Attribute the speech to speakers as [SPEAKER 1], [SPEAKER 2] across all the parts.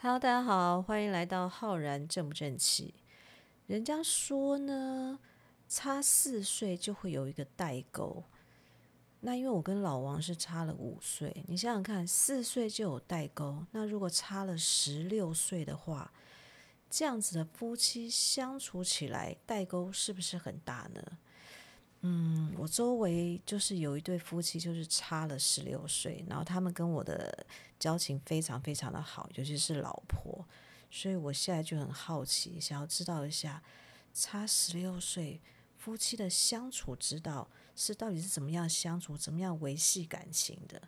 [SPEAKER 1] Hello，大家好，欢迎来到浩然正不正气。人家说呢，差四岁就会有一个代沟。那因为我跟老王是差了五岁，你想想看，四岁就有代沟，那如果差了十六岁的话，这样子的夫妻相处起来，代沟是不是很大呢？嗯，我周围就是有一对夫妻，就是差了十六岁，然后他们跟我的交情非常非常的好，尤其是老婆，所以我现在就很好奇，想要知道一下，差十六岁夫妻的相处之道是到底是怎么样相处，怎么样维系感情的。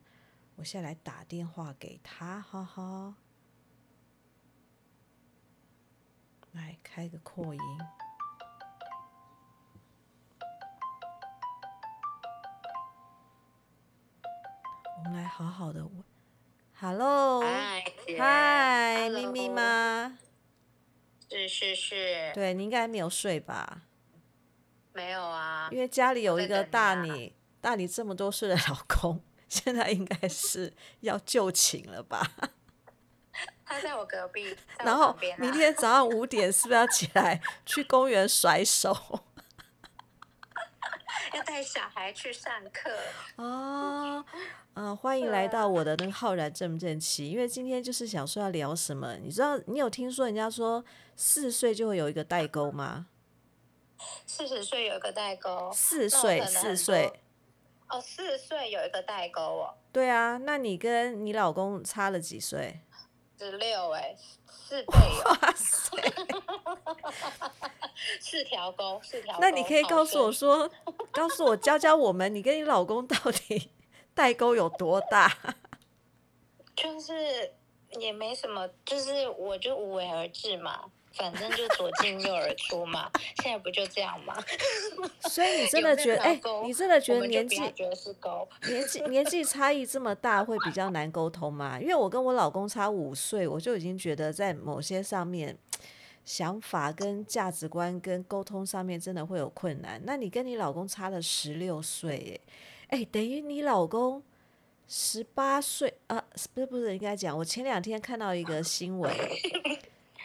[SPEAKER 1] 我现在来打电话给他，哈哈。来开个扩音，我们来好好的问，Hello，
[SPEAKER 2] 嗨，姐
[SPEAKER 1] 嗨，哦咪
[SPEAKER 2] ，Hello
[SPEAKER 1] 咪？吗？
[SPEAKER 2] 是是是，
[SPEAKER 1] 对你应该没有睡吧？
[SPEAKER 2] 没有啊
[SPEAKER 1] 因，为家里有
[SPEAKER 2] 我
[SPEAKER 1] 一
[SPEAKER 2] 在
[SPEAKER 1] 个
[SPEAKER 2] 等你
[SPEAKER 1] 大
[SPEAKER 2] 啊
[SPEAKER 1] 你大你这么多岁的老公，现在应该是要就寝了吧？
[SPEAKER 2] 他在我隔壁， 在
[SPEAKER 1] 然
[SPEAKER 2] 我
[SPEAKER 1] 后
[SPEAKER 2] 旁边啊
[SPEAKER 1] 明天早上五点是不是要起来去公园甩手？
[SPEAKER 2] 要带小孩去上课。
[SPEAKER 1] 啊，呃，欢迎来到我的那个浩然正不正气，因为今天就是想说要聊什么，你知道你有听说人家说四岁就会有一个代沟吗？
[SPEAKER 2] 四十岁有一个代沟，
[SPEAKER 1] 四
[SPEAKER 2] 那我
[SPEAKER 1] 岁，
[SPEAKER 2] 可能
[SPEAKER 1] 四
[SPEAKER 2] 很
[SPEAKER 1] 岁
[SPEAKER 2] 多，哦，四岁有一个代沟哦，
[SPEAKER 1] 对啊，那你跟你老公差了几岁？
[SPEAKER 2] 十六哎，四倍有
[SPEAKER 1] 哇塞！
[SPEAKER 2] 四条沟，四条沟。
[SPEAKER 1] 那你可以
[SPEAKER 2] 好
[SPEAKER 1] 告诉我
[SPEAKER 2] 深，
[SPEAKER 1] 说，告诉我教教我们，你跟你老公到底 代沟有多大？
[SPEAKER 2] 就是也没什么，就是我就无为而治嘛，反正就左进右而出嘛，现在不就这样吗？
[SPEAKER 1] 所以你真
[SPEAKER 2] 有
[SPEAKER 1] 的
[SPEAKER 2] 这
[SPEAKER 1] 觉得，
[SPEAKER 2] 条
[SPEAKER 1] 哎、
[SPEAKER 2] 沟
[SPEAKER 1] 你真的
[SPEAKER 2] 我
[SPEAKER 1] 觉得
[SPEAKER 2] 们就
[SPEAKER 1] 年
[SPEAKER 2] 不
[SPEAKER 1] 纪
[SPEAKER 2] 要觉得是沟。
[SPEAKER 1] 年 纪年纪差异这么大，会比较难沟通吗？因为我跟我老公差五岁，我就已经觉得在某些上面。想法跟价值观跟沟通上面真的会有困难。那你跟你老公差了十六岁耶，哎，等于你老公十八岁啊？不是不是，应该讲，我前两天看到一个新 闻，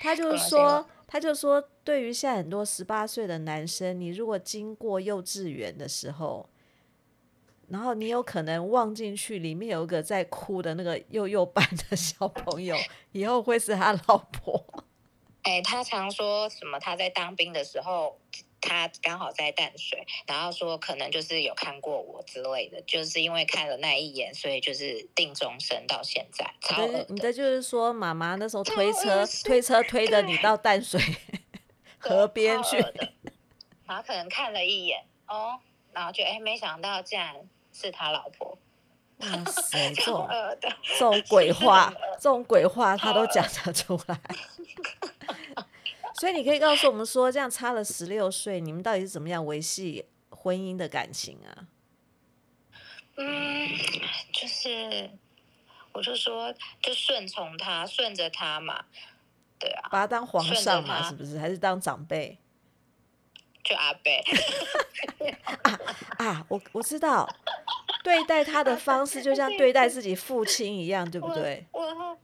[SPEAKER 1] 他就
[SPEAKER 2] 什么
[SPEAKER 1] 是
[SPEAKER 2] 新闻
[SPEAKER 1] 说，他就说，对于现在很多十八岁的男生，你如果经过幼稚园的时候，然后你有可能望进去，里面有一个在哭的那个幼幼班的小朋友，以后会是他老婆。
[SPEAKER 2] 哎、他常说什么？他在当兵的时候，他刚好在淡水，然后说可能就是有看过我之类的，就是因为看了那一眼，所以就是定终身到现在，超
[SPEAKER 1] 对
[SPEAKER 2] 恶
[SPEAKER 1] 你
[SPEAKER 2] 的。
[SPEAKER 1] 的就是说，妈妈那时候推
[SPEAKER 2] 超
[SPEAKER 1] 车
[SPEAKER 2] 恶，心
[SPEAKER 1] 推车推的你
[SPEAKER 2] 对
[SPEAKER 1] 到淡水河边去
[SPEAKER 2] 超，恶的然后可能看了一眼哦，然后就哎、没想到竟然是他老婆，
[SPEAKER 1] 哇塞，这
[SPEAKER 2] 超
[SPEAKER 1] 种
[SPEAKER 2] 恶的。
[SPEAKER 1] 这种鬼话
[SPEAKER 2] 是的，
[SPEAKER 1] 这种鬼话他都讲得出来。所以你可以告诉我们说，这样差了十六岁，你们到底是怎么样维系婚姻的感情啊？
[SPEAKER 2] 嗯，就是我就说就顺从他，顺着他嘛，对啊，
[SPEAKER 1] 把他当皇
[SPEAKER 2] 顺着
[SPEAKER 1] 上嘛，
[SPEAKER 2] 他
[SPEAKER 1] 是不是？还是当长辈
[SPEAKER 2] 就阿贝。
[SPEAKER 1] 啊？我我知道，对待他的方式就像对待自己父亲一样，对不
[SPEAKER 2] 我
[SPEAKER 1] 对？
[SPEAKER 2] 我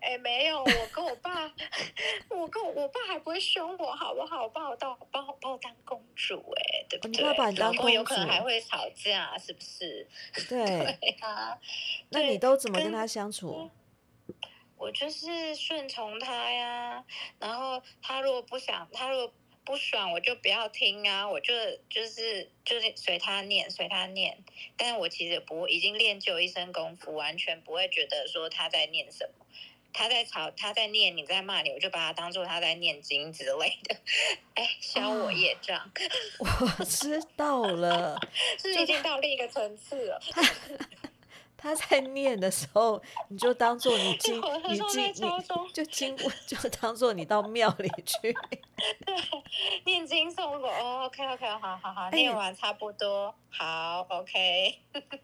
[SPEAKER 2] 哎、没有，我跟我爸， 我跟我我爸还不会凶我，好不好？我把我当把我把我当公主、哎，对不
[SPEAKER 1] 哦你
[SPEAKER 2] 对？
[SPEAKER 1] 爸把你当
[SPEAKER 2] 老公有
[SPEAKER 1] 公
[SPEAKER 2] 可能
[SPEAKER 1] 主
[SPEAKER 2] 还会吵架，是不是？
[SPEAKER 1] 对。
[SPEAKER 2] 对啊，
[SPEAKER 1] 那
[SPEAKER 2] 对
[SPEAKER 1] 你都怎么跟
[SPEAKER 2] 跟
[SPEAKER 1] 他相处？
[SPEAKER 2] 我就是顺从他呀。然后他如果不想，他如果不爽，我就不要听啊，我就就是就是随他念，随他念。但是我其实不已经练就一身功夫，完全不会觉得说他在念什么。他在吵，他在念，你在骂你，我就把他当做他在念经之类的，哎，消
[SPEAKER 1] 啊
[SPEAKER 2] 我业障，
[SPEAKER 1] 我知道了，
[SPEAKER 2] 是已经到另一个层次了。
[SPEAKER 1] 他在念的时候，你就当做你经
[SPEAKER 2] 我
[SPEAKER 1] 你
[SPEAKER 2] 说
[SPEAKER 1] 经
[SPEAKER 2] 在
[SPEAKER 1] 你
[SPEAKER 2] 高中
[SPEAKER 1] 就经过，就当做你到庙里去。
[SPEAKER 2] 念经诵佛、哦、，OK OK，好好好，
[SPEAKER 1] 哎
[SPEAKER 2] 念完差不多，好 OK。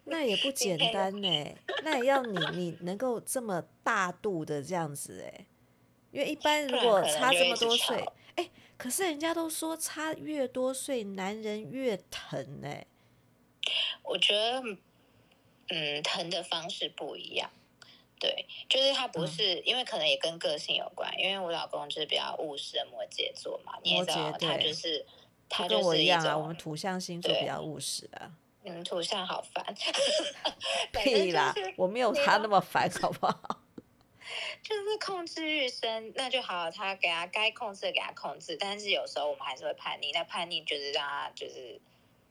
[SPEAKER 1] 那也不简
[SPEAKER 2] 天有
[SPEAKER 1] 单呢、那也要你你能够这么大度的这样子哎、因为一般
[SPEAKER 2] 不
[SPEAKER 1] 如
[SPEAKER 2] 然
[SPEAKER 1] 果
[SPEAKER 2] 可能
[SPEAKER 1] 差
[SPEAKER 2] 就
[SPEAKER 1] 这
[SPEAKER 2] 一
[SPEAKER 1] 么
[SPEAKER 2] 直
[SPEAKER 1] 多岁，
[SPEAKER 2] 吵
[SPEAKER 1] 哎、可是人家都说差越多岁男人越疼哎、
[SPEAKER 2] 我觉得，嗯，疼的方式不一样，对，就是他
[SPEAKER 1] 嗯
[SPEAKER 2] 不是、因为可能也跟个性有关，因为我老公就是比较务实的摩羯座嘛，你也知道
[SPEAKER 1] 摩羯
[SPEAKER 2] 他
[SPEAKER 1] 对
[SPEAKER 2] 就是他
[SPEAKER 1] 他
[SPEAKER 2] 就
[SPEAKER 1] 跟我
[SPEAKER 2] 是
[SPEAKER 1] 一
[SPEAKER 2] 种
[SPEAKER 1] 样啊，我们土象星座
[SPEAKER 2] 对
[SPEAKER 1] 比较务实啊。
[SPEAKER 2] 嗯土象 好烦，反正
[SPEAKER 1] 屁
[SPEAKER 2] 就
[SPEAKER 1] 啦
[SPEAKER 2] 是，
[SPEAKER 1] 我没有
[SPEAKER 2] 你
[SPEAKER 1] 他
[SPEAKER 2] 都
[SPEAKER 1] 那么烦， 好不好？
[SPEAKER 2] 就是控制欲深，那就好，他给他该控制的给他控制，但是有时候我们还是会叛逆，那叛逆就是让他就是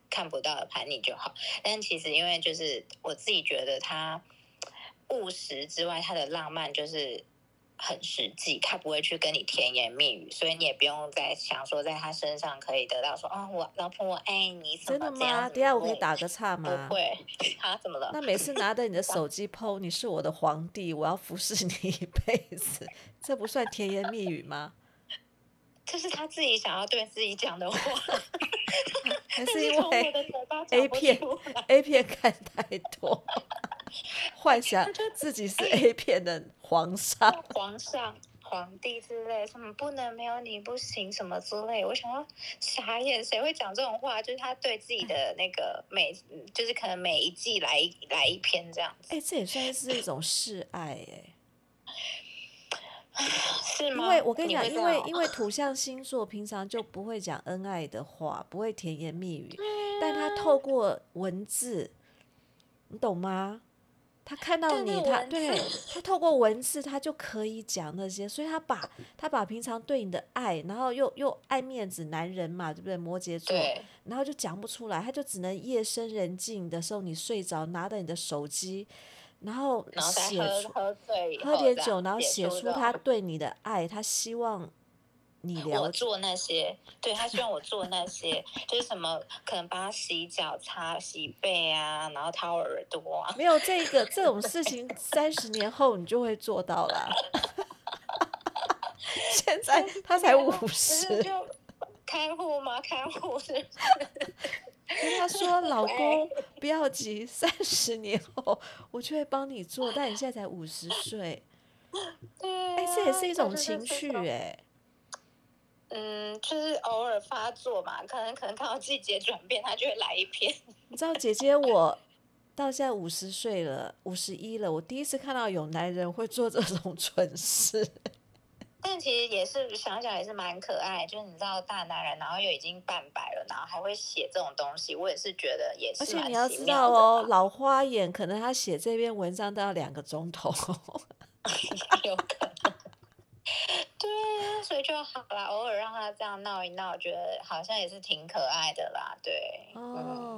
[SPEAKER 2] 看不到的叛逆就好。但其实因为就是我自己觉得他务实之外，他的浪漫就是很实际，他不会去跟你甜言蜜语，所以你也不用再想说在他身上可以得到说啊、我老婆我爱你什
[SPEAKER 1] 真
[SPEAKER 2] 么
[SPEAKER 1] 的
[SPEAKER 2] 这样
[SPEAKER 1] 吗？
[SPEAKER 2] 子
[SPEAKER 1] 等一下我可以
[SPEAKER 2] 不
[SPEAKER 1] 打个岔
[SPEAKER 2] 不
[SPEAKER 1] 吗？
[SPEAKER 2] 会， 他、怎么了？
[SPEAKER 1] 那每次拿着你的手机剖，你是我的皇帝，我要服侍你一辈子，这不算甜言蜜语吗？
[SPEAKER 2] 这是他自己想要对自己讲的话。
[SPEAKER 1] 还
[SPEAKER 2] 但
[SPEAKER 1] 是因
[SPEAKER 2] 从我
[SPEAKER 1] 为
[SPEAKER 2] 的嘴 巴
[SPEAKER 1] A
[SPEAKER 2] 讲不
[SPEAKER 1] 片
[SPEAKER 2] 出来
[SPEAKER 1] A 片看太多，幻想自己
[SPEAKER 2] 哎
[SPEAKER 1] 是 A 片的皇 上？
[SPEAKER 2] 皇上、皇帝之类，什么不能没有你不行，什么之类。我想要傻眼，谁会讲这种话？就是他对自己的那个每，就是可能每一季来一来一篇这样子，
[SPEAKER 1] 哎、这也算是一种示爱哎、
[SPEAKER 2] 是吗？
[SPEAKER 1] 啊因为我跟你
[SPEAKER 2] 你
[SPEAKER 1] 讲，
[SPEAKER 2] 会
[SPEAKER 1] 因
[SPEAKER 2] 这样
[SPEAKER 1] 为
[SPEAKER 2] 哦
[SPEAKER 1] 因为土象星座平常就不会讲恩爱的话，不会甜言蜜语，但他透过文字，你懂吗？他看到
[SPEAKER 2] 对
[SPEAKER 1] 你，
[SPEAKER 2] 对
[SPEAKER 1] 他
[SPEAKER 2] 文
[SPEAKER 1] 对他透过文字，他就可以讲那些，所以他把他把平常对你的爱，然后又又爱面子，男人嘛，对不对？摩羯座，
[SPEAKER 2] 对
[SPEAKER 1] 然后就讲不出来，他就只能夜深人静的时候，你睡着，拿着你的手机，然后
[SPEAKER 2] 然后再
[SPEAKER 1] 写
[SPEAKER 2] 喝
[SPEAKER 1] 出
[SPEAKER 2] 喝醉以后这
[SPEAKER 1] 喝
[SPEAKER 2] 样，
[SPEAKER 1] 点酒，然后写
[SPEAKER 2] 出
[SPEAKER 1] 出
[SPEAKER 2] 这种
[SPEAKER 1] 他对你的爱，他希望你
[SPEAKER 2] 我
[SPEAKER 1] 了解。
[SPEAKER 2] 做那些，对他希望我做那些，就是什么可能帮他洗脚、擦洗背啊，然后掏耳朵啊，
[SPEAKER 1] 没有这个这种事情，三十年后你就会做到啦。 现在他 才五十，
[SPEAKER 2] 不是啊就看护吗？ 看护是
[SPEAKER 1] 跟他说老公不要急，三十年后我就会帮你做，但你现在才五十岁，
[SPEAKER 2] 对、啊，
[SPEAKER 1] 哎、这也是一种
[SPEAKER 2] 我觉得
[SPEAKER 1] 情
[SPEAKER 2] 这
[SPEAKER 1] 趣
[SPEAKER 2] 种
[SPEAKER 1] 哎、
[SPEAKER 2] 嗯，就是偶尔发作嘛，可能可能看到季节转变，它就会来一篇。
[SPEAKER 1] 你知道姐姐我到现在五十岁了，五十一了，我第一次看到有男人会做这种蠢事。
[SPEAKER 2] 但其实也是想想也是蛮可爱，就是你知道大男人，然后又已经半百了，然后还会写这种东西，我也是觉得也
[SPEAKER 1] 而
[SPEAKER 2] 是
[SPEAKER 1] 且
[SPEAKER 2] 蛮
[SPEAKER 1] 你要
[SPEAKER 2] 奇
[SPEAKER 1] 知道
[SPEAKER 2] 妙的
[SPEAKER 1] 哦，
[SPEAKER 2] 吧，
[SPEAKER 1] 老花眼可能他写这篇文章都要两个钟头。
[SPEAKER 2] 有可能。 对啊，所以就好啦，偶尔让他这样闹一闹，觉得好像也是挺可爱的啦。对，嗯，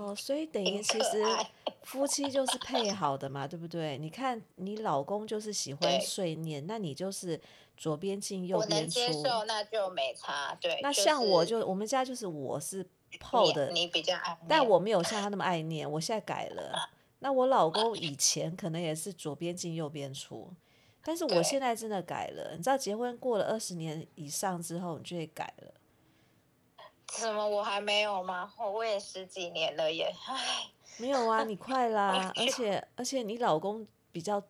[SPEAKER 1] 哦，所以等于
[SPEAKER 2] 挺
[SPEAKER 1] 其
[SPEAKER 2] 可
[SPEAKER 1] 实
[SPEAKER 2] 爱
[SPEAKER 1] 夫妻就是配好的嘛，对不对？你看你老公就是喜欢
[SPEAKER 2] 对
[SPEAKER 1] 碎念，那你就是左边进右
[SPEAKER 2] 我能
[SPEAKER 1] 边出。
[SPEAKER 2] 接受，那就没差。对，
[SPEAKER 1] 那像我
[SPEAKER 2] 是
[SPEAKER 1] 就我们家就是我是泡的，
[SPEAKER 2] 你你比较爱念，
[SPEAKER 1] 但我没有像他那么爱念，我现在改了。那我老公以前可能也是左边进右边出，但是我
[SPEAKER 2] 对
[SPEAKER 1] 现在真的改了。你知道，结婚过了二十年以上之后，你就会改了。
[SPEAKER 2] 什么我还没有吗？我我也十几年了耶，唉，
[SPEAKER 1] 没有啊，你
[SPEAKER 2] 哎
[SPEAKER 1] 快啦！而
[SPEAKER 2] 有
[SPEAKER 1] 且而且你老公比较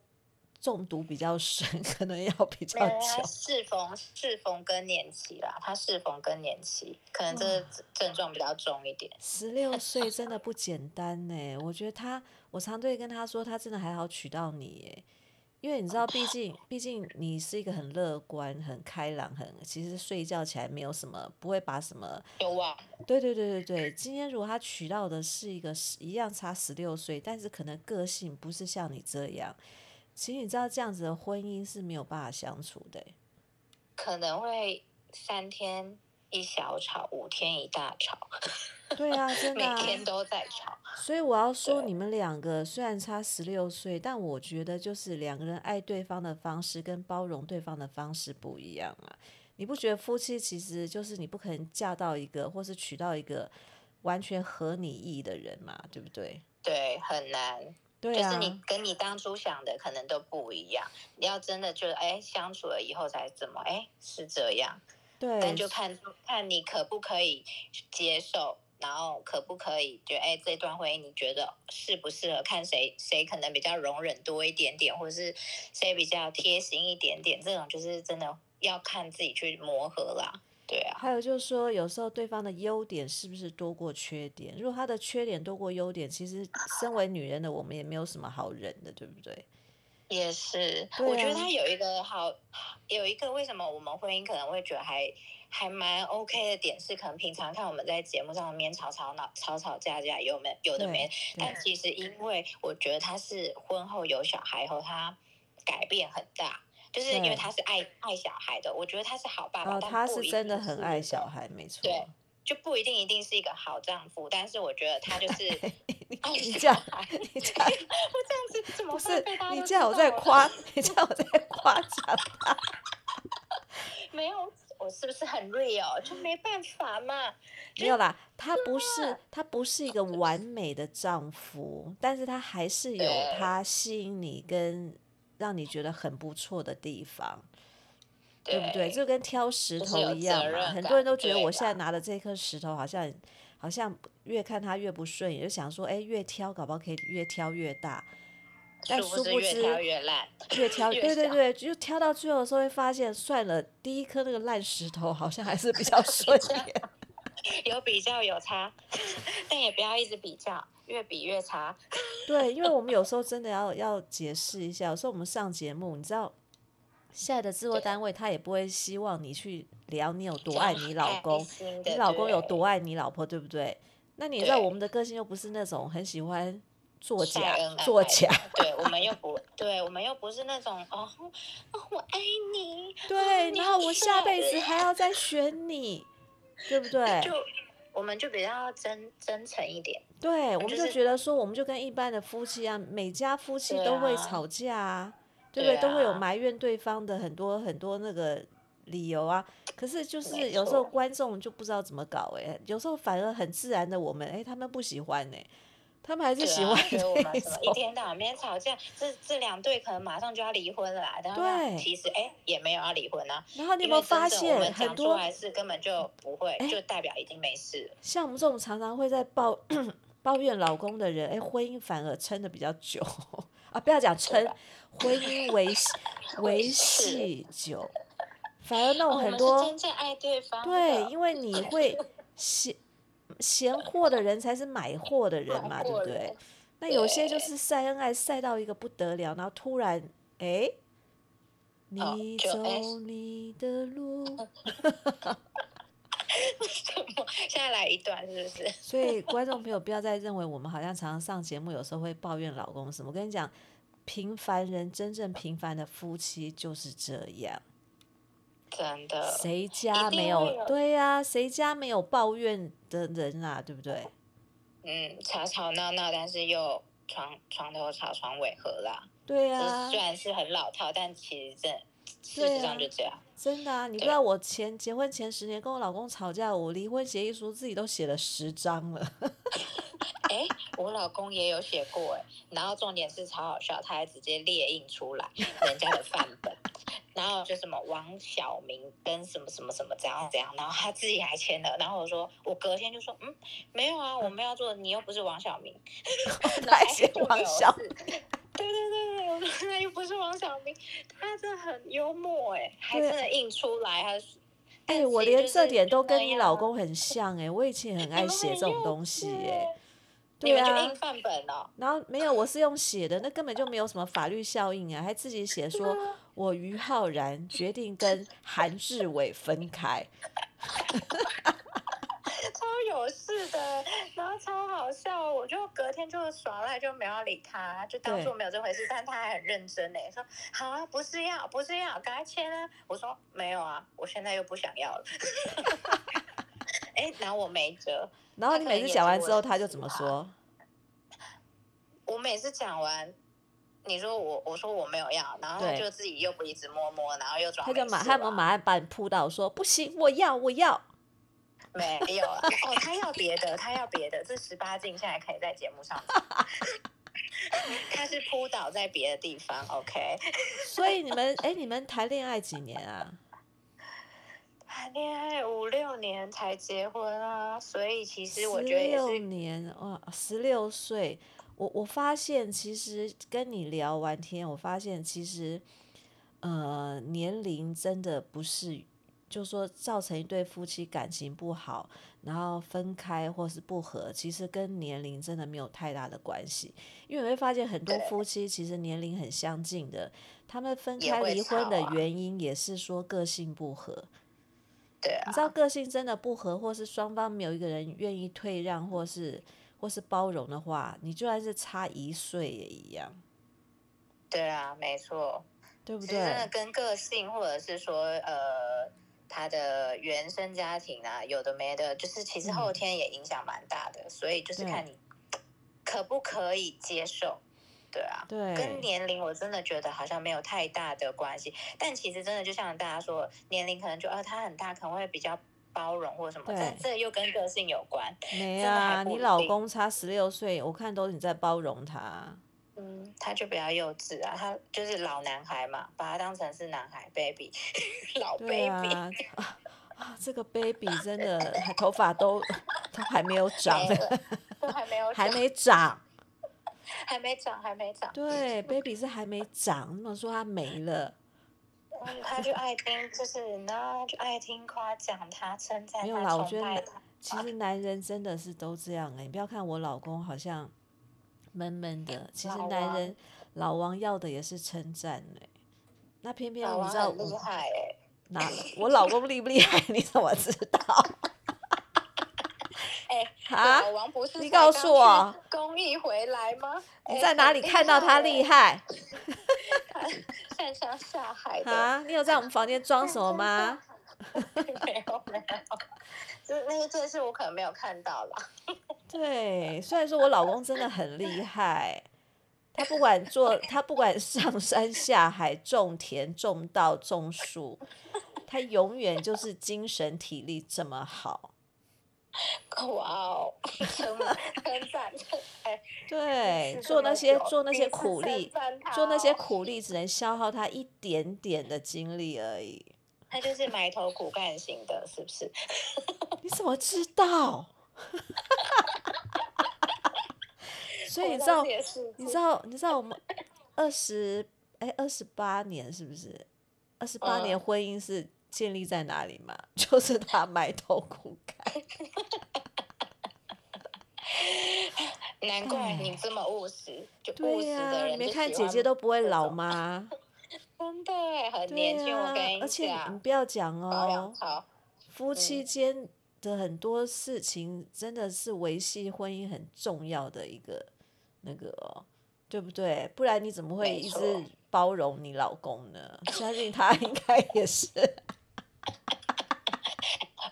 [SPEAKER 1] 中毒比较深，可能要比较
[SPEAKER 2] 没有啊人他
[SPEAKER 1] 久。
[SPEAKER 2] 适逢适逢更年期啦，他适逢更年期，可能这
[SPEAKER 1] 哇
[SPEAKER 2] 症状比较重一点。
[SPEAKER 1] 十 六岁真的不简单呢、我觉得他，我常对跟他说，他真的还好娶到你耶、因为你知道，毕竟毕竟你是一个很乐观、很开朗、很其实睡觉起来没有什么，不会把什么
[SPEAKER 2] 有哇，
[SPEAKER 1] 对对对对对。今天如果他娶到的是一个十一样差十六岁，但是可能个性不是像你这样，其实你知道这样子的婚姻是没有办法相处的、欸
[SPEAKER 2] 可能会三天一小吵，五天一大吵，
[SPEAKER 1] 对 啊，真的、
[SPEAKER 2] 每
[SPEAKER 1] 啊。
[SPEAKER 2] 天都在吵。
[SPEAKER 1] 所以我要说，
[SPEAKER 2] 对啊
[SPEAKER 1] 你们两个虽然差十六岁，但我觉得就是两个人爱对方的方式跟包容对方的方式不一样啊。你不觉得夫妻其实就是你不可能嫁到一个或是娶到一个完全合你意的人嘛，对不对？
[SPEAKER 2] 对，很难，
[SPEAKER 1] 对
[SPEAKER 2] 就
[SPEAKER 1] 啊，
[SPEAKER 2] 是你跟你当初想的可能都不一样。你要真的觉得，哎，相处了以后才怎么，哎，是这样。但
[SPEAKER 1] 对，
[SPEAKER 2] 就看看你可不可以接受，然后可不可以觉得，哎，这段婚姻你觉得适不适合？看谁谁可能比较容忍多一点点，或是谁比较贴心一点点，这种就是真的要看自己去磨合啦。对啊，
[SPEAKER 1] 还有就是说，有时候对方的优点是不是多过缺点？如果他的缺点多过优点，其实身为女人的我们也没有什么好忍的，对不对？
[SPEAKER 2] 也是，
[SPEAKER 1] 对啊
[SPEAKER 2] 我觉得他有一个好，有一个为什么我们婚姻可能会觉得还还蛮 OK 的点是，可能平常看我们在节目上面吵吵闹、吵吵架架，有没有的没，但其实因为我觉得他是婚后有小孩后，他改变很大，就是因
[SPEAKER 1] 对
[SPEAKER 2] 为他是爱爱小孩的，我觉得他是好爸爸，
[SPEAKER 1] 哦，
[SPEAKER 2] 但
[SPEAKER 1] 他
[SPEAKER 2] 不
[SPEAKER 1] 是
[SPEAKER 2] 一
[SPEAKER 1] 真
[SPEAKER 2] 定
[SPEAKER 1] 的很
[SPEAKER 2] 是啊
[SPEAKER 1] 爱小孩，没错。
[SPEAKER 2] 对就不一定一定是一个好丈夫，但是我觉得 他就是爱
[SPEAKER 1] 你
[SPEAKER 2] 小
[SPEAKER 1] 这样
[SPEAKER 2] 孩
[SPEAKER 1] 你这样
[SPEAKER 2] 哎我这样子怎
[SPEAKER 1] 不
[SPEAKER 2] 么会
[SPEAKER 1] 是
[SPEAKER 2] 被大家
[SPEAKER 1] 你
[SPEAKER 2] 都
[SPEAKER 1] 这样我
[SPEAKER 2] 知道
[SPEAKER 1] 在
[SPEAKER 2] 啊
[SPEAKER 1] 夸，你这样我在夸奖。
[SPEAKER 2] 没有，我是不是很 real？就没办法嘛。
[SPEAKER 1] 没有 啦，他不是他不是一个完美的丈夫，但是他还是有
[SPEAKER 2] 对
[SPEAKER 1] 他吸引你跟让你觉得很不错的地方，对不对？就跟挑石
[SPEAKER 2] 就是
[SPEAKER 1] 头
[SPEAKER 2] 有
[SPEAKER 1] 一样
[SPEAKER 2] 责
[SPEAKER 1] 嘛，
[SPEAKER 2] 任
[SPEAKER 1] 很
[SPEAKER 2] 感
[SPEAKER 1] 多人都觉得
[SPEAKER 2] 对
[SPEAKER 1] 我现在
[SPEAKER 2] 啦
[SPEAKER 1] 拿的这颗石头好像好像越看它越不顺眼，就想说，哎，越挑搞不好可以越挑越大，但
[SPEAKER 2] 殊
[SPEAKER 1] 殊
[SPEAKER 2] 不知
[SPEAKER 1] 不
[SPEAKER 2] 越
[SPEAKER 1] 知
[SPEAKER 2] 挑越烂。
[SPEAKER 1] 越挑，
[SPEAKER 2] 越
[SPEAKER 1] 对对
[SPEAKER 2] 小
[SPEAKER 1] 对，就挑到最后的时候会发现，算了，第一颗那个烂石头好像还是比较 顺眼。
[SPEAKER 2] 有比较有差，但也不要一直比较，越比越差。
[SPEAKER 1] 对，因为我们有时候真的要要解释一下，有时候我们上节目，你知道，现在的制作
[SPEAKER 2] 对
[SPEAKER 1] 单位他也不会希望你去聊你有多
[SPEAKER 2] 就
[SPEAKER 1] 爱你老
[SPEAKER 2] 开
[SPEAKER 1] 公，
[SPEAKER 2] 心
[SPEAKER 1] 你
[SPEAKER 2] 的
[SPEAKER 1] 老公有
[SPEAKER 2] 对
[SPEAKER 1] 多爱你老婆，对不对？那你也知道
[SPEAKER 2] 欸对
[SPEAKER 1] 我们的个性又不是那种很喜欢作
[SPEAKER 2] 晒
[SPEAKER 1] 假
[SPEAKER 2] 恩爱
[SPEAKER 1] 作假，
[SPEAKER 2] 对我 们又不，对我们又不是那种哦哦，我爱你，
[SPEAKER 1] 对，
[SPEAKER 2] 哦你
[SPEAKER 1] 然后
[SPEAKER 2] 好
[SPEAKER 1] 我下
[SPEAKER 2] 帅欸
[SPEAKER 1] 辈子还要再选你，对不对？
[SPEAKER 2] 就我们就比较真真诚一点。
[SPEAKER 1] 对，我们
[SPEAKER 2] 就
[SPEAKER 1] 就是觉得说，我们就跟一般的夫妻一样，每家夫妻
[SPEAKER 2] 对
[SPEAKER 1] 都会
[SPEAKER 2] 啊
[SPEAKER 1] 吵架啊，对不
[SPEAKER 2] 对
[SPEAKER 1] 对？都会有
[SPEAKER 2] 啊
[SPEAKER 1] 埋怨对方的很多很多那个理由啊。可是就是
[SPEAKER 2] 没
[SPEAKER 1] 有时候
[SPEAKER 2] 错
[SPEAKER 1] 观众就不知道怎么搞哎、有时候反而很自然的我们哎、他们不喜欢哎、他们还是
[SPEAKER 2] 对
[SPEAKER 1] 喜
[SPEAKER 2] 啊
[SPEAKER 1] 欢
[SPEAKER 2] 觉得我
[SPEAKER 1] 那
[SPEAKER 2] 们
[SPEAKER 1] 一
[SPEAKER 2] 什么一
[SPEAKER 1] 种。
[SPEAKER 2] 天到晚每天吵架，这这两对可能马上就要离婚了啦。啊然后呢
[SPEAKER 1] 对
[SPEAKER 2] 其实哎也没有要离婚啊，
[SPEAKER 1] 然后你有
[SPEAKER 2] 因
[SPEAKER 1] 没
[SPEAKER 2] 为
[SPEAKER 1] 有发
[SPEAKER 2] 真正我
[SPEAKER 1] 现
[SPEAKER 2] 们
[SPEAKER 1] 很
[SPEAKER 2] 讲出
[SPEAKER 1] 多
[SPEAKER 2] 来是根本就不会
[SPEAKER 1] 哎，
[SPEAKER 2] 就代表已经没事了。
[SPEAKER 1] 像我们这种常常会在抱 抱怨老公的人，哎，婚姻反而撑的比较久 啊！不要讲撑
[SPEAKER 2] 对啊，
[SPEAKER 1] 婚姻维 系维系久，反而那
[SPEAKER 2] 哦
[SPEAKER 1] 种
[SPEAKER 2] 我
[SPEAKER 1] 很
[SPEAKER 2] 们是
[SPEAKER 1] 多
[SPEAKER 2] 真正爱对方的，
[SPEAKER 1] 对， 因为你会嫌嫌货的人才是买货的人嘛，
[SPEAKER 2] 买
[SPEAKER 1] 对
[SPEAKER 2] 货
[SPEAKER 1] 不
[SPEAKER 2] 人
[SPEAKER 1] 对？那有些就是晒恩爱晒到一个不得了，然后突然哎，
[SPEAKER 2] 哦
[SPEAKER 1] 你
[SPEAKER 2] 就哎
[SPEAKER 1] 走你的路，
[SPEAKER 2] 现在来一段是不是？
[SPEAKER 1] 所以观众朋友不要再认为我们好像常常上节目，有时候会抱怨老公什么。我跟你讲，平凡人真正平凡的夫妻就是这样，
[SPEAKER 2] 真的，
[SPEAKER 1] 谁家
[SPEAKER 2] 定
[SPEAKER 1] 没
[SPEAKER 2] 会
[SPEAKER 1] 有？
[SPEAKER 2] 有
[SPEAKER 1] 对呀、谁家没有抱怨的人啊？对不对？
[SPEAKER 2] 嗯，吵吵闹闹，但是又床床头吵床尾和啦。
[SPEAKER 1] 对啊呀、
[SPEAKER 2] 这虽然是很老套，但其实这事
[SPEAKER 1] 对
[SPEAKER 2] 实
[SPEAKER 1] 啊
[SPEAKER 2] 上就这样。
[SPEAKER 1] 真的啊！你不
[SPEAKER 2] 对
[SPEAKER 1] 知道我前结婚前十年跟我老公吵架，我离婚协议书自己都写了十张 了。
[SPEAKER 2] 哎，我老公也有写过哎，然后重点是超好笑，他还直接列印出来人家的范本，然后就什么王小明跟什么什么什么怎样怎样，然后他自己还签了，然后我说我隔天就说嗯没有啊，我没有做，你又不是王小明，
[SPEAKER 1] 他还写王小
[SPEAKER 2] 明， 对对对对，我说他又不是王小明，他真的很幽默哎，还
[SPEAKER 1] 对
[SPEAKER 2] 真的印出来，他是
[SPEAKER 1] 哎、
[SPEAKER 2] 但
[SPEAKER 1] 我
[SPEAKER 2] 其实
[SPEAKER 1] 连
[SPEAKER 2] 就
[SPEAKER 1] 这
[SPEAKER 2] 是
[SPEAKER 1] 点都
[SPEAKER 2] 那
[SPEAKER 1] 跟你
[SPEAKER 2] 样
[SPEAKER 1] 老
[SPEAKER 2] 啊
[SPEAKER 1] 公很像哎、我以前 也很爱
[SPEAKER 2] 们
[SPEAKER 1] 写
[SPEAKER 2] 很
[SPEAKER 1] 这种
[SPEAKER 2] 幼
[SPEAKER 1] 东西
[SPEAKER 2] 稚
[SPEAKER 1] 哎、
[SPEAKER 2] 欸你
[SPEAKER 1] 对
[SPEAKER 2] 们
[SPEAKER 1] 啊，
[SPEAKER 2] 就印范本哦，
[SPEAKER 1] 然后没有，我是用写的，那根本就没有什么法律效应啊，还自己写说，我于浩然决定跟韩志伟分开，
[SPEAKER 2] 超有事的，然后超好笑，我就隔天就耍赖，就没有理他，就当做没有这回事。但他还很认真呢，说好啊，不是要，不是要，赶快签啊！我说没有啊，我现在又不想要了。 哎，拿我没辙。
[SPEAKER 1] 然后你每次讲完之后，他就怎么
[SPEAKER 2] 他可
[SPEAKER 1] 说？
[SPEAKER 2] 我每次讲完，你说我，我说我没有要，然后他
[SPEAKER 1] 对
[SPEAKER 2] 就自己又不一直摸摸，然后又装
[SPEAKER 1] 他
[SPEAKER 2] 没
[SPEAKER 1] 就
[SPEAKER 2] 事
[SPEAKER 1] 马
[SPEAKER 2] 啊。
[SPEAKER 1] 他有没有马上把你扑倒说不行，我要我要，
[SPEAKER 2] 没有啊，哦，他要别的，他要别的，这十八禁现在可以在节目上 讲。他是扑倒在别的地方，OK。
[SPEAKER 1] 所以你们哎，你们谈恋爱几年啊？
[SPEAKER 2] 谈恋爱五六年才结婚啊，所以其实
[SPEAKER 1] 十
[SPEAKER 2] 我觉得也
[SPEAKER 1] 六
[SPEAKER 2] 是
[SPEAKER 1] 年哇，十六岁，我我发现其实跟你聊完天，我发现其实呃年龄真的不是就说造成一对夫妻感情不好，然后分开或是不和，其实跟年龄真的没有太大的关系。因为你会发现很多
[SPEAKER 2] 对
[SPEAKER 1] 夫妻其实年龄很相近的，他们分
[SPEAKER 2] 也
[SPEAKER 1] 开
[SPEAKER 2] 会
[SPEAKER 1] 离婚
[SPEAKER 2] 吵
[SPEAKER 1] 的
[SPEAKER 2] 啊
[SPEAKER 1] 原因也是说个性不合。
[SPEAKER 2] 对啊
[SPEAKER 1] 你知，道个性真的不合，或是双方没有一个人愿意退让，或是或是包容的话，你就算是差一岁也一样，
[SPEAKER 2] 对啊，没错。
[SPEAKER 1] 对不
[SPEAKER 2] 其实真的
[SPEAKER 1] 对？
[SPEAKER 2] 跟个性，或者是说呃他的原生家庭啊，有的没的，就是其实
[SPEAKER 1] 嗯
[SPEAKER 2] 后天也影响蛮大的，所以就是
[SPEAKER 1] 对
[SPEAKER 2] 看你可不可以接受，对啊。跟
[SPEAKER 1] 对，
[SPEAKER 2] 年龄我真的觉得好像没有太大的关系，但其实真的就像大家说，年龄可能就呃他很大，可能会比较包容或什么，
[SPEAKER 1] 对
[SPEAKER 2] 但这又跟个性有关。
[SPEAKER 1] 没
[SPEAKER 2] 真的还
[SPEAKER 1] 啊，
[SPEAKER 2] 不
[SPEAKER 1] 你
[SPEAKER 2] 一
[SPEAKER 1] 老
[SPEAKER 2] 定
[SPEAKER 1] 公差十六岁，我看都是你在包容他。
[SPEAKER 2] 嗯，他就比较幼稚啊，他就是老男孩嘛，把他当成是男孩 baby，老
[SPEAKER 1] 对
[SPEAKER 2] baby。
[SPEAKER 1] 啊，啊啊，这个 baby 真的还头发都都还没有长，
[SPEAKER 2] 没了，都 还没 有
[SPEAKER 1] 还
[SPEAKER 2] 长
[SPEAKER 1] 没长。
[SPEAKER 2] 还没长，还没长。
[SPEAKER 1] 对，baby 是还没长，你怎么说他没了？
[SPEAKER 2] 嗯，他就爱听，就是你知道，他就爱听夸奖他、称赞
[SPEAKER 1] 没有
[SPEAKER 2] 他、
[SPEAKER 1] 啦我觉
[SPEAKER 2] 崇
[SPEAKER 1] 得
[SPEAKER 2] 拜他。
[SPEAKER 1] 其实男人真的是都这样哎、你不要看我老公好像闷闷的，其实
[SPEAKER 2] 老
[SPEAKER 1] 男
[SPEAKER 2] 王
[SPEAKER 1] 人老王要的也是称赞哎、那偏偏
[SPEAKER 2] 老
[SPEAKER 1] 你
[SPEAKER 2] 王
[SPEAKER 1] 知道
[SPEAKER 2] 很厉
[SPEAKER 1] 我
[SPEAKER 2] 害哎、
[SPEAKER 1] 哪我老公厉不厉害？ 你怎么知 道
[SPEAKER 2] 欸、
[SPEAKER 1] 啊
[SPEAKER 2] 老？王不是
[SPEAKER 1] 你
[SPEAKER 2] 才
[SPEAKER 1] 告
[SPEAKER 2] 刚
[SPEAKER 1] 诉
[SPEAKER 2] 去
[SPEAKER 1] 我
[SPEAKER 2] 公益回来吗？
[SPEAKER 1] 你
[SPEAKER 2] 欸
[SPEAKER 1] 在哪
[SPEAKER 2] 很
[SPEAKER 1] 里看到他厉
[SPEAKER 2] 害
[SPEAKER 1] 害
[SPEAKER 2] 欸？擅长下海的。
[SPEAKER 1] 啊？你有在我们房间装什么吗？
[SPEAKER 2] 没有没有，就是那一件事我可能没有看到啦。
[SPEAKER 1] 对，虽然说我老公真的很厉害，他不管做，他不管上山下海、种田、种稻、种树，他永远就是精神体力这么好。
[SPEAKER 2] 哇哦， 称称赞，哎、
[SPEAKER 1] 对，
[SPEAKER 2] 是
[SPEAKER 1] 做
[SPEAKER 2] 这
[SPEAKER 1] 那
[SPEAKER 2] 么
[SPEAKER 1] 些
[SPEAKER 2] 久
[SPEAKER 1] 做那
[SPEAKER 2] 第
[SPEAKER 1] 些
[SPEAKER 2] 一次
[SPEAKER 1] 苦
[SPEAKER 2] 称
[SPEAKER 1] 力，
[SPEAKER 2] 赞他
[SPEAKER 1] 做那些
[SPEAKER 2] 哦
[SPEAKER 1] 苦力只能消耗他一点点的精力而已。
[SPEAKER 2] 他就是埋头苦干型的，是不是？
[SPEAKER 1] 你怎么知道？ 所以
[SPEAKER 2] 哦
[SPEAKER 1] 你知道，你知道，你知道我们二十哎二十八年是不是？二十八年
[SPEAKER 2] 嗯
[SPEAKER 1] 婚姻是建立在哪里吗？ 就是他埋头苦干。
[SPEAKER 2] 难怪你这么务实，就
[SPEAKER 1] 哎
[SPEAKER 2] 务
[SPEAKER 1] 对
[SPEAKER 2] 实
[SPEAKER 1] 呀、
[SPEAKER 2] 的
[SPEAKER 1] 你
[SPEAKER 2] 人
[SPEAKER 1] 没
[SPEAKER 2] 就
[SPEAKER 1] 看
[SPEAKER 2] 喜
[SPEAKER 1] 姐姐
[SPEAKER 2] 欢
[SPEAKER 1] 都不会
[SPEAKER 2] 这
[SPEAKER 1] 老
[SPEAKER 2] 种
[SPEAKER 1] 吗？
[SPEAKER 2] 真的耶很
[SPEAKER 1] 对
[SPEAKER 2] 年
[SPEAKER 1] 呀、
[SPEAKER 2] 轻，我跟
[SPEAKER 1] 而
[SPEAKER 2] 你
[SPEAKER 1] 且你
[SPEAKER 2] 讲，
[SPEAKER 1] 不要讲
[SPEAKER 2] 保养嗯
[SPEAKER 1] 哦，
[SPEAKER 2] 操，
[SPEAKER 1] 夫妻间的很多事情真的是维系婚姻很重要的一个那个哦，对不对？不然你怎么会
[SPEAKER 2] 没
[SPEAKER 1] 一
[SPEAKER 2] 错
[SPEAKER 1] 直包容你老公呢？相信他应该也是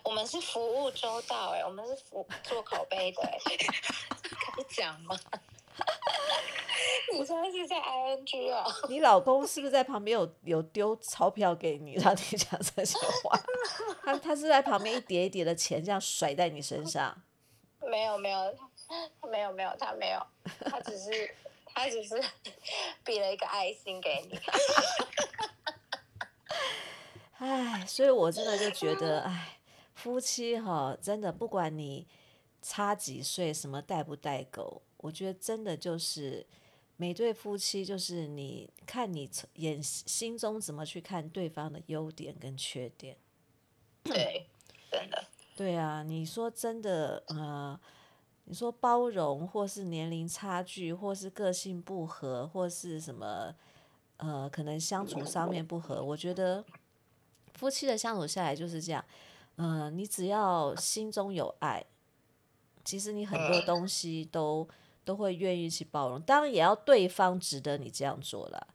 [SPEAKER 2] 我们是服务周到哎，我们是服做口碑的哎， 可以讲吗？ 你现在是在 ing 哦？
[SPEAKER 1] 你老公是不是在旁边有有丢钞票给你， 让你讲这些话？他他是在旁边一叠一叠的钱这样甩在你身上，
[SPEAKER 2] 没有没有没有没有，他没有，他只是他只是 比了一个爱心给你。
[SPEAKER 1] 唉，所以我真的就觉得，唉，夫妻哈，真的不管你差几岁，什么带不带狗，我觉得真的就是每对夫妻，就是你看你从眼心中怎么去看对方的优点跟缺点。
[SPEAKER 2] 对，真的，
[SPEAKER 1] 对啊，你说真的，呃，你说包容，或是年龄差距，或是个性不合，或是什么，呃，可能相处上面不合，我觉得夫妻的相处下来就是这样，嗯、你只要心中有爱，其实你很多
[SPEAKER 2] 嗯
[SPEAKER 1] 东西都都会愿意去包容，当然也要对方值得你这样做啦。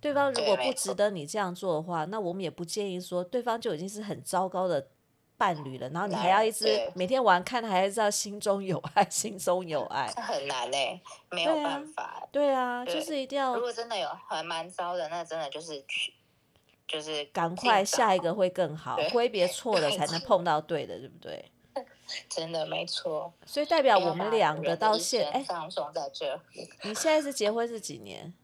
[SPEAKER 1] 对方如
[SPEAKER 2] 对
[SPEAKER 1] 果
[SPEAKER 2] 没
[SPEAKER 1] 不值
[SPEAKER 2] 错
[SPEAKER 1] 得你这样做的话，那我们也不建议说对方就已经是很糟糕的伴侣了，然后你还要一直
[SPEAKER 2] 对
[SPEAKER 1] 每天晚上看，还是要心中有爱， 心中有爱。
[SPEAKER 2] 这很难哎、没有
[SPEAKER 1] 对啊
[SPEAKER 2] 办法、
[SPEAKER 1] 对啊，就
[SPEAKER 2] 对
[SPEAKER 1] 是一定要
[SPEAKER 2] 如果真的有还蛮糟的，那真的就是去，就是
[SPEAKER 1] 赶快
[SPEAKER 2] 尽早
[SPEAKER 1] 下一个会更好，
[SPEAKER 2] 对
[SPEAKER 1] 挥别错的才能
[SPEAKER 2] 尽早
[SPEAKER 1] 碰到对的，对不对？
[SPEAKER 2] 真的没错。
[SPEAKER 1] 所以代表
[SPEAKER 2] 不要
[SPEAKER 1] 我们
[SPEAKER 2] 把
[SPEAKER 1] 两
[SPEAKER 2] 人
[SPEAKER 1] 个到
[SPEAKER 2] 一
[SPEAKER 1] 现，
[SPEAKER 2] 生
[SPEAKER 1] 哎，
[SPEAKER 2] 放松在这。
[SPEAKER 1] 你现在是结婚是几年？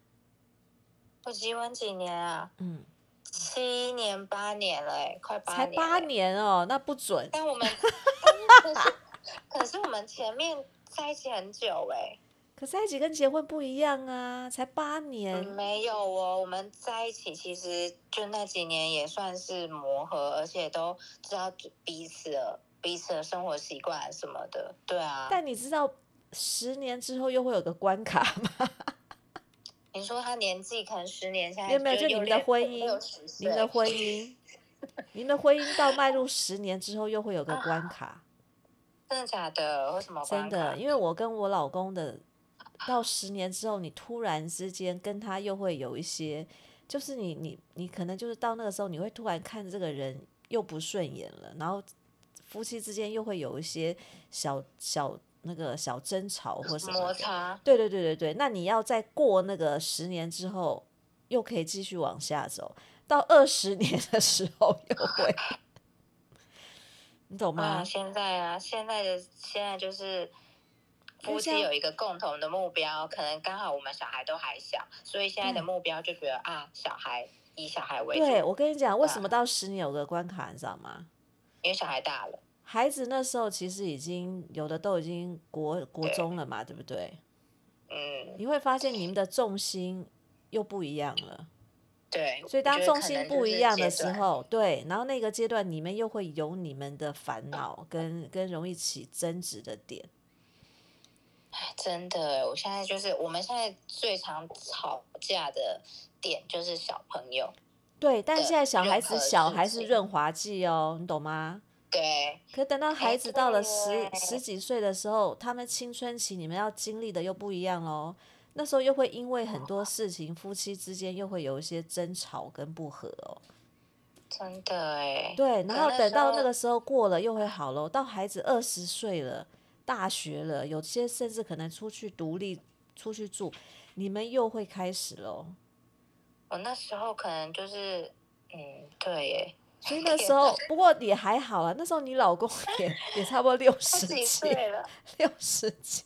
[SPEAKER 2] 我结婚几年啊？
[SPEAKER 1] 嗯，
[SPEAKER 2] 七年八年了、欸，快八
[SPEAKER 1] 才
[SPEAKER 2] 年、
[SPEAKER 1] 八。年哦，那不准。
[SPEAKER 2] 但我们，但是可是可是我们前面在一起很久哎、
[SPEAKER 1] 可在一起跟结婚不一样啊，才八年。
[SPEAKER 2] 嗯没有哦，我们在一起其实就那几年也算是磨合，而且都知道彼此的彼此的生活习惯什么的。对啊，
[SPEAKER 1] 但你知道十年之后又会有个关卡吗？
[SPEAKER 2] 你说他年纪可能十年下来，
[SPEAKER 1] 没有没有就你们的婚姻
[SPEAKER 2] 60
[SPEAKER 1] 你
[SPEAKER 2] 岁
[SPEAKER 1] 们的婚 姻，你们的婚姻到迈入十年之后又会有个
[SPEAKER 2] 啊
[SPEAKER 1] 关卡，
[SPEAKER 2] 真的假的？为什么
[SPEAKER 1] 真
[SPEAKER 2] 关卡
[SPEAKER 1] 的，因为我跟我老公的到十年之后，你突然之间跟他又会有一些，就是你你你可能就是到那个时候，你会突然看这个人又不顺眼了，然后夫妻之间又会有一些小小那个小争吵或什么
[SPEAKER 2] 摩
[SPEAKER 1] 的
[SPEAKER 2] 擦？
[SPEAKER 1] 对对对对对，那你要再过那个十年之后，又可以继续往下走，到二十年的时候又 会，你懂
[SPEAKER 2] 啊，
[SPEAKER 1] 吗？
[SPEAKER 2] 现在啊，现在的现在就是
[SPEAKER 1] 因为
[SPEAKER 2] 夫
[SPEAKER 1] 像
[SPEAKER 2] 妻有一个共同的目标，可能刚好我们小孩都还小，所以现在的
[SPEAKER 1] 对
[SPEAKER 2] 目标就觉得啊，小孩以小孩为主，
[SPEAKER 1] 对，我跟你讲，为什
[SPEAKER 2] 对啊
[SPEAKER 1] 么到十年有个关卡，你知道吗？
[SPEAKER 2] 因为小孩大了，
[SPEAKER 1] 孩子那时候其实已经有的都已经国国中了嘛，对不对？
[SPEAKER 2] 嗯，
[SPEAKER 1] 你会发现你们的重心又不一样了。
[SPEAKER 2] 对。
[SPEAKER 1] 所以当
[SPEAKER 2] 我觉得
[SPEAKER 1] 重
[SPEAKER 2] 可
[SPEAKER 1] 心
[SPEAKER 2] 能就
[SPEAKER 1] 不
[SPEAKER 2] 是
[SPEAKER 1] 一样的
[SPEAKER 2] 阶
[SPEAKER 1] 时
[SPEAKER 2] 段，
[SPEAKER 1] 候，对，然后那个阶段你们又会有你们的烦恼跟跟容易起争执的点。
[SPEAKER 2] 真的，我现在就是我们现在最常吵架的点就是小朋友，
[SPEAKER 1] 对，但
[SPEAKER 2] 的
[SPEAKER 1] 现在小
[SPEAKER 2] 任
[SPEAKER 1] 孩子
[SPEAKER 2] 何
[SPEAKER 1] 小
[SPEAKER 2] 事
[SPEAKER 1] 还是
[SPEAKER 2] 情
[SPEAKER 1] 润滑剂哦，你懂吗？
[SPEAKER 2] 对，
[SPEAKER 1] 可等到孩
[SPEAKER 2] 哎
[SPEAKER 1] 子到了十
[SPEAKER 2] 对
[SPEAKER 1] 十几岁的时候，他们青春期，你们要经历的又不一样喽。那时候又会因为很多事情，夫妻之间又会有一些争吵跟不和哦。
[SPEAKER 2] 真的哎，
[SPEAKER 1] 对，
[SPEAKER 2] 可
[SPEAKER 1] 然后
[SPEAKER 2] 那
[SPEAKER 1] 等
[SPEAKER 2] 时
[SPEAKER 1] 到
[SPEAKER 2] 候
[SPEAKER 1] 那个时候过了，又会好喽。到孩子二十岁了，大学了，有些甚至可能出去独立、出去住，你们又会开始喽。
[SPEAKER 2] 我那时候可能就是，嗯，对耶，
[SPEAKER 1] 所以那时 候，不过也还好啊。那时候你老公 也也差不多六
[SPEAKER 2] 二
[SPEAKER 1] 十
[SPEAKER 2] 十几
[SPEAKER 1] 几，
[SPEAKER 2] 岁了。
[SPEAKER 1] 六十几，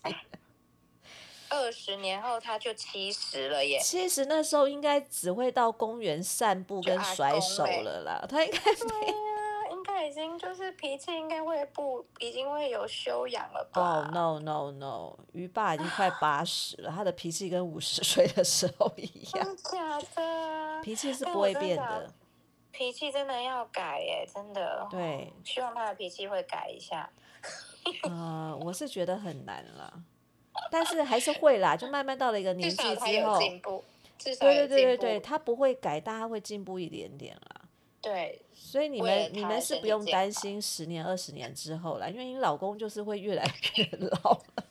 [SPEAKER 2] 二十年后他就七十了耶，
[SPEAKER 1] 其实那时候应该只会到公园散步跟
[SPEAKER 2] 就阿
[SPEAKER 1] 甩
[SPEAKER 2] 公
[SPEAKER 1] 手
[SPEAKER 2] 嘞
[SPEAKER 1] 了啦。他应 该没
[SPEAKER 2] 啊，应该已经就是脾气应该会不，已经会有修养了吧？
[SPEAKER 1] 哦、no no no，鱼爸已经
[SPEAKER 2] 啊
[SPEAKER 1] 快八十了，他的脾气跟五十岁的时候 一样，
[SPEAKER 2] 真的假的？
[SPEAKER 1] 脾气是
[SPEAKER 2] 哎
[SPEAKER 1] 不
[SPEAKER 2] 我
[SPEAKER 1] 会
[SPEAKER 2] 真
[SPEAKER 1] 变
[SPEAKER 2] 的
[SPEAKER 1] 的。
[SPEAKER 2] 脾气真的要改耶，真的。
[SPEAKER 1] 对，
[SPEAKER 2] 希望他的脾气会改一下。
[SPEAKER 1] 呃，我是觉得很难了，但是还是会啦，就慢慢到了一个年
[SPEAKER 2] 至
[SPEAKER 1] 纪
[SPEAKER 2] 少他
[SPEAKER 1] 之
[SPEAKER 2] 有
[SPEAKER 1] 后，
[SPEAKER 2] 进步，至少
[SPEAKER 1] 对
[SPEAKER 2] 有
[SPEAKER 1] 对
[SPEAKER 2] 进步。
[SPEAKER 1] 对对对，他不会改，但他会进步一点点啦。
[SPEAKER 2] 对
[SPEAKER 1] 所以你
[SPEAKER 2] 为
[SPEAKER 1] 们
[SPEAKER 2] 了
[SPEAKER 1] 你
[SPEAKER 2] 他
[SPEAKER 1] 们
[SPEAKER 2] 的
[SPEAKER 1] 是
[SPEAKER 2] 身
[SPEAKER 1] 不
[SPEAKER 2] 体
[SPEAKER 1] 用
[SPEAKER 2] 健
[SPEAKER 1] 担心十年二十年之后啦，因为你老公就是会越来越 老了。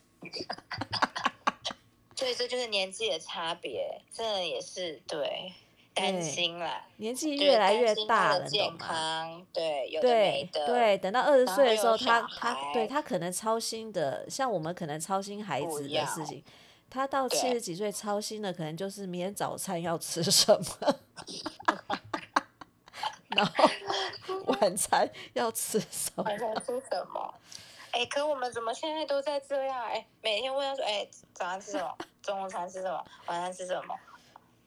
[SPEAKER 2] 所以这就是年纪的差别，这也是对担心啦，
[SPEAKER 1] 年纪
[SPEAKER 2] 对
[SPEAKER 1] 越来
[SPEAKER 2] 担
[SPEAKER 1] 越
[SPEAKER 2] 心他
[SPEAKER 1] 大
[SPEAKER 2] 的
[SPEAKER 1] 了，你懂
[SPEAKER 2] 健
[SPEAKER 1] 吗？
[SPEAKER 2] 康，对，有的没
[SPEAKER 1] 对
[SPEAKER 2] 的，
[SPEAKER 1] 对，等到二十
[SPEAKER 2] 然后
[SPEAKER 1] 岁的
[SPEAKER 2] 又
[SPEAKER 1] 时候，
[SPEAKER 2] 有
[SPEAKER 1] 他
[SPEAKER 2] 小
[SPEAKER 1] 他对
[SPEAKER 2] 孩
[SPEAKER 1] 他可能操心的，像我们可能操心孩
[SPEAKER 2] 不
[SPEAKER 1] 子
[SPEAKER 2] 一
[SPEAKER 1] 的
[SPEAKER 2] 样
[SPEAKER 1] 事情，他到
[SPEAKER 2] 对
[SPEAKER 1] 七十几岁操心的可能就是明天早餐要吃什么，然后晚餐要吃什么。
[SPEAKER 2] 晚上吃什么？哎，可我们怎么现在都在这样？哎，每天问他说，哎，早上吃什么？中午餐吃什么？晚上吃什么？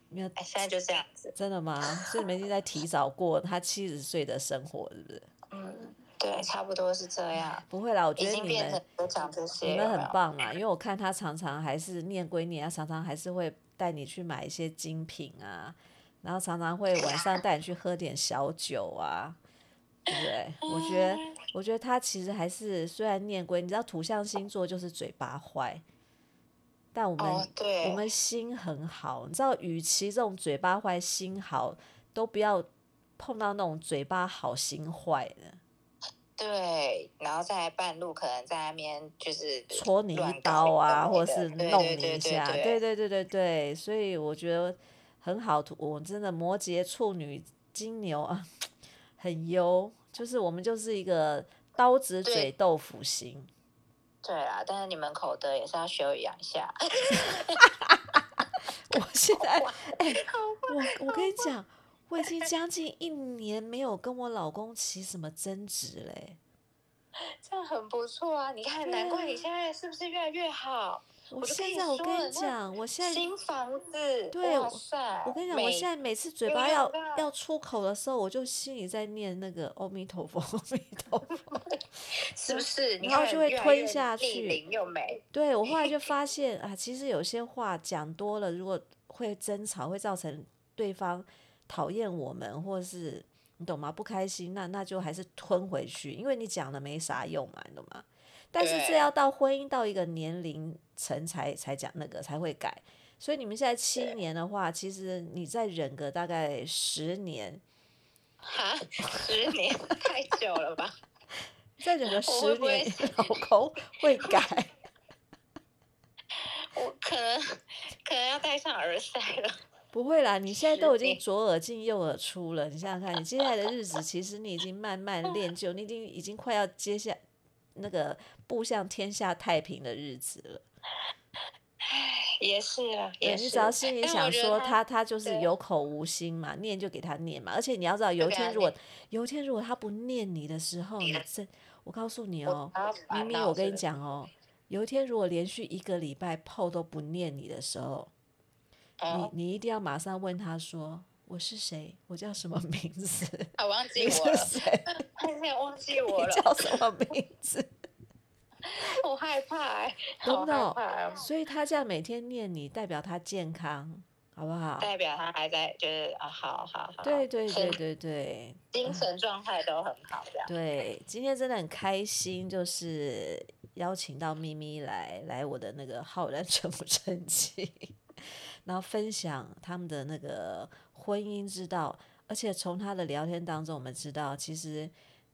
[SPEAKER 1] 没有
[SPEAKER 2] 哎，现在就这样子。
[SPEAKER 1] 真的吗？所以你们已经在提早过他七十岁的生活，是不是？
[SPEAKER 2] 嗯，对，差不多是这样。
[SPEAKER 1] 不会啦，我觉
[SPEAKER 2] 已
[SPEAKER 1] 得
[SPEAKER 2] 经
[SPEAKER 1] 你
[SPEAKER 2] 变
[SPEAKER 1] 们
[SPEAKER 2] 成都讲这些，
[SPEAKER 1] 你
[SPEAKER 2] 有
[SPEAKER 1] 们
[SPEAKER 2] 没
[SPEAKER 1] 很
[SPEAKER 2] 有
[SPEAKER 1] 棒啊啦，因为我看他常常还是念归念，他常常还是会带你去买一些精品啊，然后常常会晚上带你去喝点小酒啊，对不对？我觉得，
[SPEAKER 2] 嗯
[SPEAKER 1] 我觉得他其实还是虽然念归，你知道土象星座就是嘴巴坏，但我们、
[SPEAKER 2] 哦，对，
[SPEAKER 1] 我们心很好，你知道，与其这种嘴巴坏心好，都不要碰到那种嘴巴好心坏的，
[SPEAKER 2] 对，然后再半路可能在那边就是
[SPEAKER 1] 戳你一
[SPEAKER 2] 乱
[SPEAKER 1] 刀
[SPEAKER 2] 搞
[SPEAKER 1] 啊，或
[SPEAKER 2] 有的没的
[SPEAKER 1] 是
[SPEAKER 2] 对
[SPEAKER 1] 弄
[SPEAKER 2] 对
[SPEAKER 1] 你一
[SPEAKER 2] 对对
[SPEAKER 1] 下，
[SPEAKER 2] 对
[SPEAKER 1] 对对对对对，所以我觉得很好。我真的摩羯、处女、金牛啊，很优，就是我们就是一个刀子
[SPEAKER 2] 对
[SPEAKER 1] 嘴豆腐 心。
[SPEAKER 2] 对啦，但是你们口德也是要修养一下。
[SPEAKER 1] 我现在，哎、我我跟你讲，我已经将近一年没有跟我老公起什么争执嘞、啊
[SPEAKER 2] 这样很不错啊！你看，难怪你现在是不是越来越好？
[SPEAKER 1] 我
[SPEAKER 2] 我就跟
[SPEAKER 1] 现
[SPEAKER 2] 你
[SPEAKER 1] 在我
[SPEAKER 2] 说
[SPEAKER 1] 跟
[SPEAKER 2] 了
[SPEAKER 1] 你
[SPEAKER 2] 那
[SPEAKER 1] 讲，我现在
[SPEAKER 2] 新房子，
[SPEAKER 1] 对
[SPEAKER 2] 哇塞！
[SPEAKER 1] 我跟你讲，我
[SPEAKER 2] 美
[SPEAKER 1] 现在每次嘴
[SPEAKER 2] 因为
[SPEAKER 1] 巴
[SPEAKER 2] 那
[SPEAKER 1] 要
[SPEAKER 2] 个
[SPEAKER 1] 要出口的时候，我就心里在念那个阿弥陀佛，阿弥陀佛。
[SPEAKER 2] 是不是？你
[SPEAKER 1] 然后
[SPEAKER 2] 看
[SPEAKER 1] 就会
[SPEAKER 2] 越来
[SPEAKER 1] 吞
[SPEAKER 2] 越
[SPEAKER 1] 下
[SPEAKER 2] 逆
[SPEAKER 1] 去
[SPEAKER 2] 龄又美，
[SPEAKER 1] 对我后 来就发现啊，其实有些话讲多了，如果会争吵，会造成对方讨厌我们，或是你懂吗？不开心，那那就还是吞回去，因为你讲了没啥用嘛，你懂吗？但是这
[SPEAKER 2] 对
[SPEAKER 1] 要到婚姻到一个年龄层才才讲那个才会改，所以你们现在七
[SPEAKER 2] 对
[SPEAKER 1] 年的话，其实你再忍个大概十年，
[SPEAKER 2] 哈，十年太久 了吧？
[SPEAKER 1] 再 忍个
[SPEAKER 2] 我
[SPEAKER 1] 十
[SPEAKER 2] 会不会
[SPEAKER 1] 年，你老公会改。
[SPEAKER 2] 我可能可能要戴上耳塞了。
[SPEAKER 1] 不会啦，你现在都已
[SPEAKER 2] 十
[SPEAKER 1] 经
[SPEAKER 2] 年
[SPEAKER 1] 左耳进右耳出了。你想想看，你接下来的日子，其实你已经慢慢练就，你已经已经快要接下那个步向天下太平的日子了。
[SPEAKER 2] 也是啊，
[SPEAKER 1] 对
[SPEAKER 2] 也
[SPEAKER 1] 你
[SPEAKER 2] 是。
[SPEAKER 1] 只要心里
[SPEAKER 2] 但我
[SPEAKER 1] 想
[SPEAKER 2] 觉得
[SPEAKER 1] 说
[SPEAKER 2] 他
[SPEAKER 1] 他他就是
[SPEAKER 2] 对
[SPEAKER 1] 有口无心嘛，念就给他念嘛。而且你要知道，有一
[SPEAKER 2] 给
[SPEAKER 1] 天
[SPEAKER 2] 他
[SPEAKER 1] 如果有一天如果他不念你的时候，你真我告诉你哦，
[SPEAKER 2] 然后
[SPEAKER 1] 明
[SPEAKER 2] 烦
[SPEAKER 1] 明
[SPEAKER 2] 恼
[SPEAKER 1] 我跟
[SPEAKER 2] 是
[SPEAKER 1] 你讲哦，有一天如果连续一个礼拜泡都不念你的时候，你
[SPEAKER 2] 哦，
[SPEAKER 1] 你一定要马上问他说：“我是谁？我叫什么名字？
[SPEAKER 2] 他忘记
[SPEAKER 1] 你
[SPEAKER 2] 我
[SPEAKER 1] 是
[SPEAKER 2] 了，
[SPEAKER 1] 谁？
[SPEAKER 2] 他现在忘记我
[SPEAKER 1] 你
[SPEAKER 2] 了，
[SPEAKER 1] 叫什 么名字
[SPEAKER 2] 我害怕欸，
[SPEAKER 1] 懂
[SPEAKER 2] 好
[SPEAKER 1] 不懂
[SPEAKER 2] 害怕哦？”。
[SPEAKER 1] 所以他这样每天念你，代表他健康，好不好？
[SPEAKER 2] 代表他还在，就是啊，好好好，
[SPEAKER 1] 对对对嗯
[SPEAKER 2] 身
[SPEAKER 1] 对对
[SPEAKER 2] 精神状态都很好，这样。
[SPEAKER 1] 对，今天真的很开心，就是邀请到咪咪来来我的那个浩然正不正气，然后分享他们的那个婚姻之道，而且从他的聊天当中，我们知道其实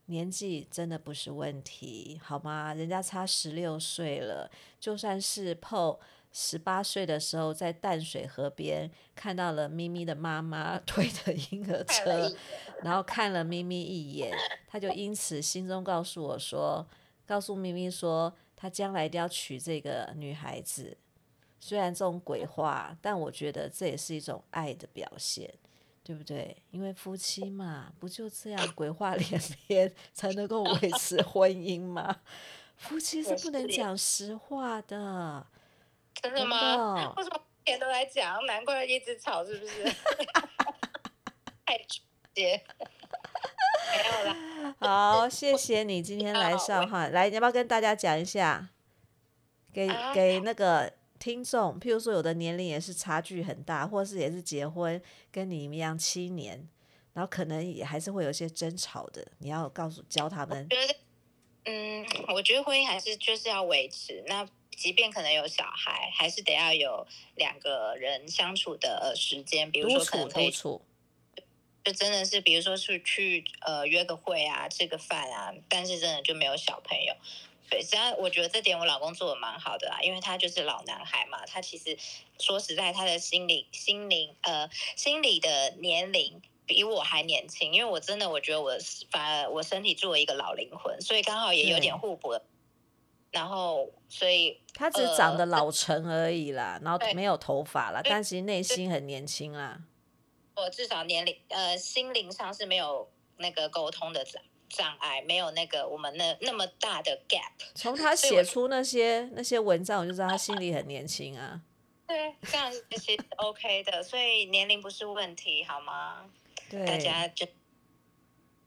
[SPEAKER 1] 年纪真的不是问题，好吗？人家差十六岁了，就算是 PO 十八岁的时候在淡水河边看到了咪咪的妈妈 推着婴儿
[SPEAKER 2] 看
[SPEAKER 1] 车
[SPEAKER 2] 了一，
[SPEAKER 1] 然后看了咪咪一眼，他就因此心中告诉我说，告诉咪咪说，他将来一定要娶这个女孩子。虽然这种鬼话，但我觉得这也是一种爱的表现，对不对？因为夫妻嘛，不就这样鬼话连篇才能够维 持婚姻吗？夫妻是
[SPEAKER 2] 也
[SPEAKER 1] 不能
[SPEAKER 2] 是
[SPEAKER 1] 讲实话的，
[SPEAKER 2] 真的
[SPEAKER 1] 真
[SPEAKER 2] 吗？
[SPEAKER 1] 的。
[SPEAKER 2] 为什么之前都来讲？难怪一直吵，是不 是？太直接。没有啦，
[SPEAKER 1] 好，谢谢你今天来
[SPEAKER 2] 道
[SPEAKER 1] 上
[SPEAKER 2] 啊我
[SPEAKER 1] 哈，来，你要不要跟大家讲一下？给
[SPEAKER 2] 啊
[SPEAKER 1] 给那个听众，譬如说有的年龄也是差距很大，或是也是结婚跟你一样七年，然后可能也还是会有一些争吵的，你要告诉教他们，
[SPEAKER 2] 觉得，嗯，我觉得婚姻还是就是要维持。那即便可能有小孩，还是得要有两个人相处的时间，比如
[SPEAKER 1] 独
[SPEAKER 2] 说可
[SPEAKER 1] 处
[SPEAKER 2] 能可
[SPEAKER 1] 独
[SPEAKER 2] 以
[SPEAKER 1] 处，
[SPEAKER 2] 就真的是，比如说是去呃约个会啊，吃个饭啊，但是真的就没有小朋友。对，只要我觉得这点我老公做的蛮好的啊，因为他就是老男孩嘛，他其实说实在，他的心理、心灵呃心理的年龄比我还年轻，因为我真的我觉得我反而我身体作为一个老灵魂，所以刚好也有
[SPEAKER 1] 对
[SPEAKER 2] 点互补。然后，所以
[SPEAKER 1] 他只是长
[SPEAKER 2] 呃
[SPEAKER 1] 得老成而已啦，然后
[SPEAKER 2] 对
[SPEAKER 1] 没有头发啦，
[SPEAKER 2] 对
[SPEAKER 1] 但其实内心很年轻啊 啦。
[SPEAKER 2] 我至少年龄呃心灵上是没有那个沟通的障障碍，没有那个我们那那么大的 gap。
[SPEAKER 1] 从他
[SPEAKER 2] 所以我
[SPEAKER 1] 写出那些那些文章，我就知道他心里很年轻啊。
[SPEAKER 2] 对， 这样其实 OK 的，所以年龄不是问题，好吗？
[SPEAKER 1] 对，
[SPEAKER 2] 大家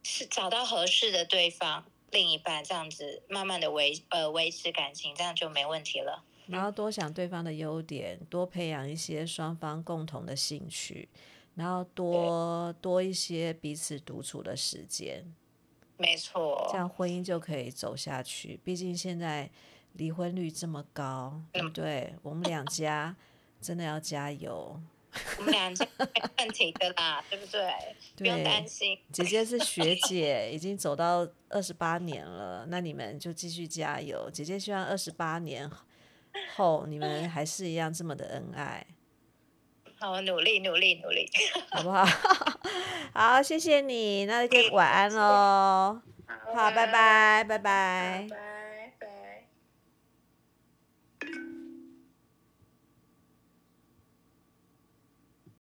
[SPEAKER 2] 就是找到合适的对方另一半，这样子慢慢的维呃维持感情，这样就没问题了。
[SPEAKER 1] 然后多想对方的优点，多培养一些双方共同的兴趣，然后多多一些彼此独处的时间，
[SPEAKER 2] 没错，
[SPEAKER 1] 这样婚姻就可以走下去。毕竟现在离婚率这么高，对不对？我们两家真的要加油。
[SPEAKER 2] 我们俩这没问题的啦，对不对？不用
[SPEAKER 1] 对
[SPEAKER 2] 担，心，
[SPEAKER 1] 姐姐是学姐，已经走到二十八年了，那你们就继续加油。姐姐希望二十八年后你们还是一样这么的恩爱。
[SPEAKER 2] 好，努力努力努力。
[SPEAKER 1] 好不好？ 好，谢谢你，那就晚安喽。好，拜拜，拜拜
[SPEAKER 2] 拜。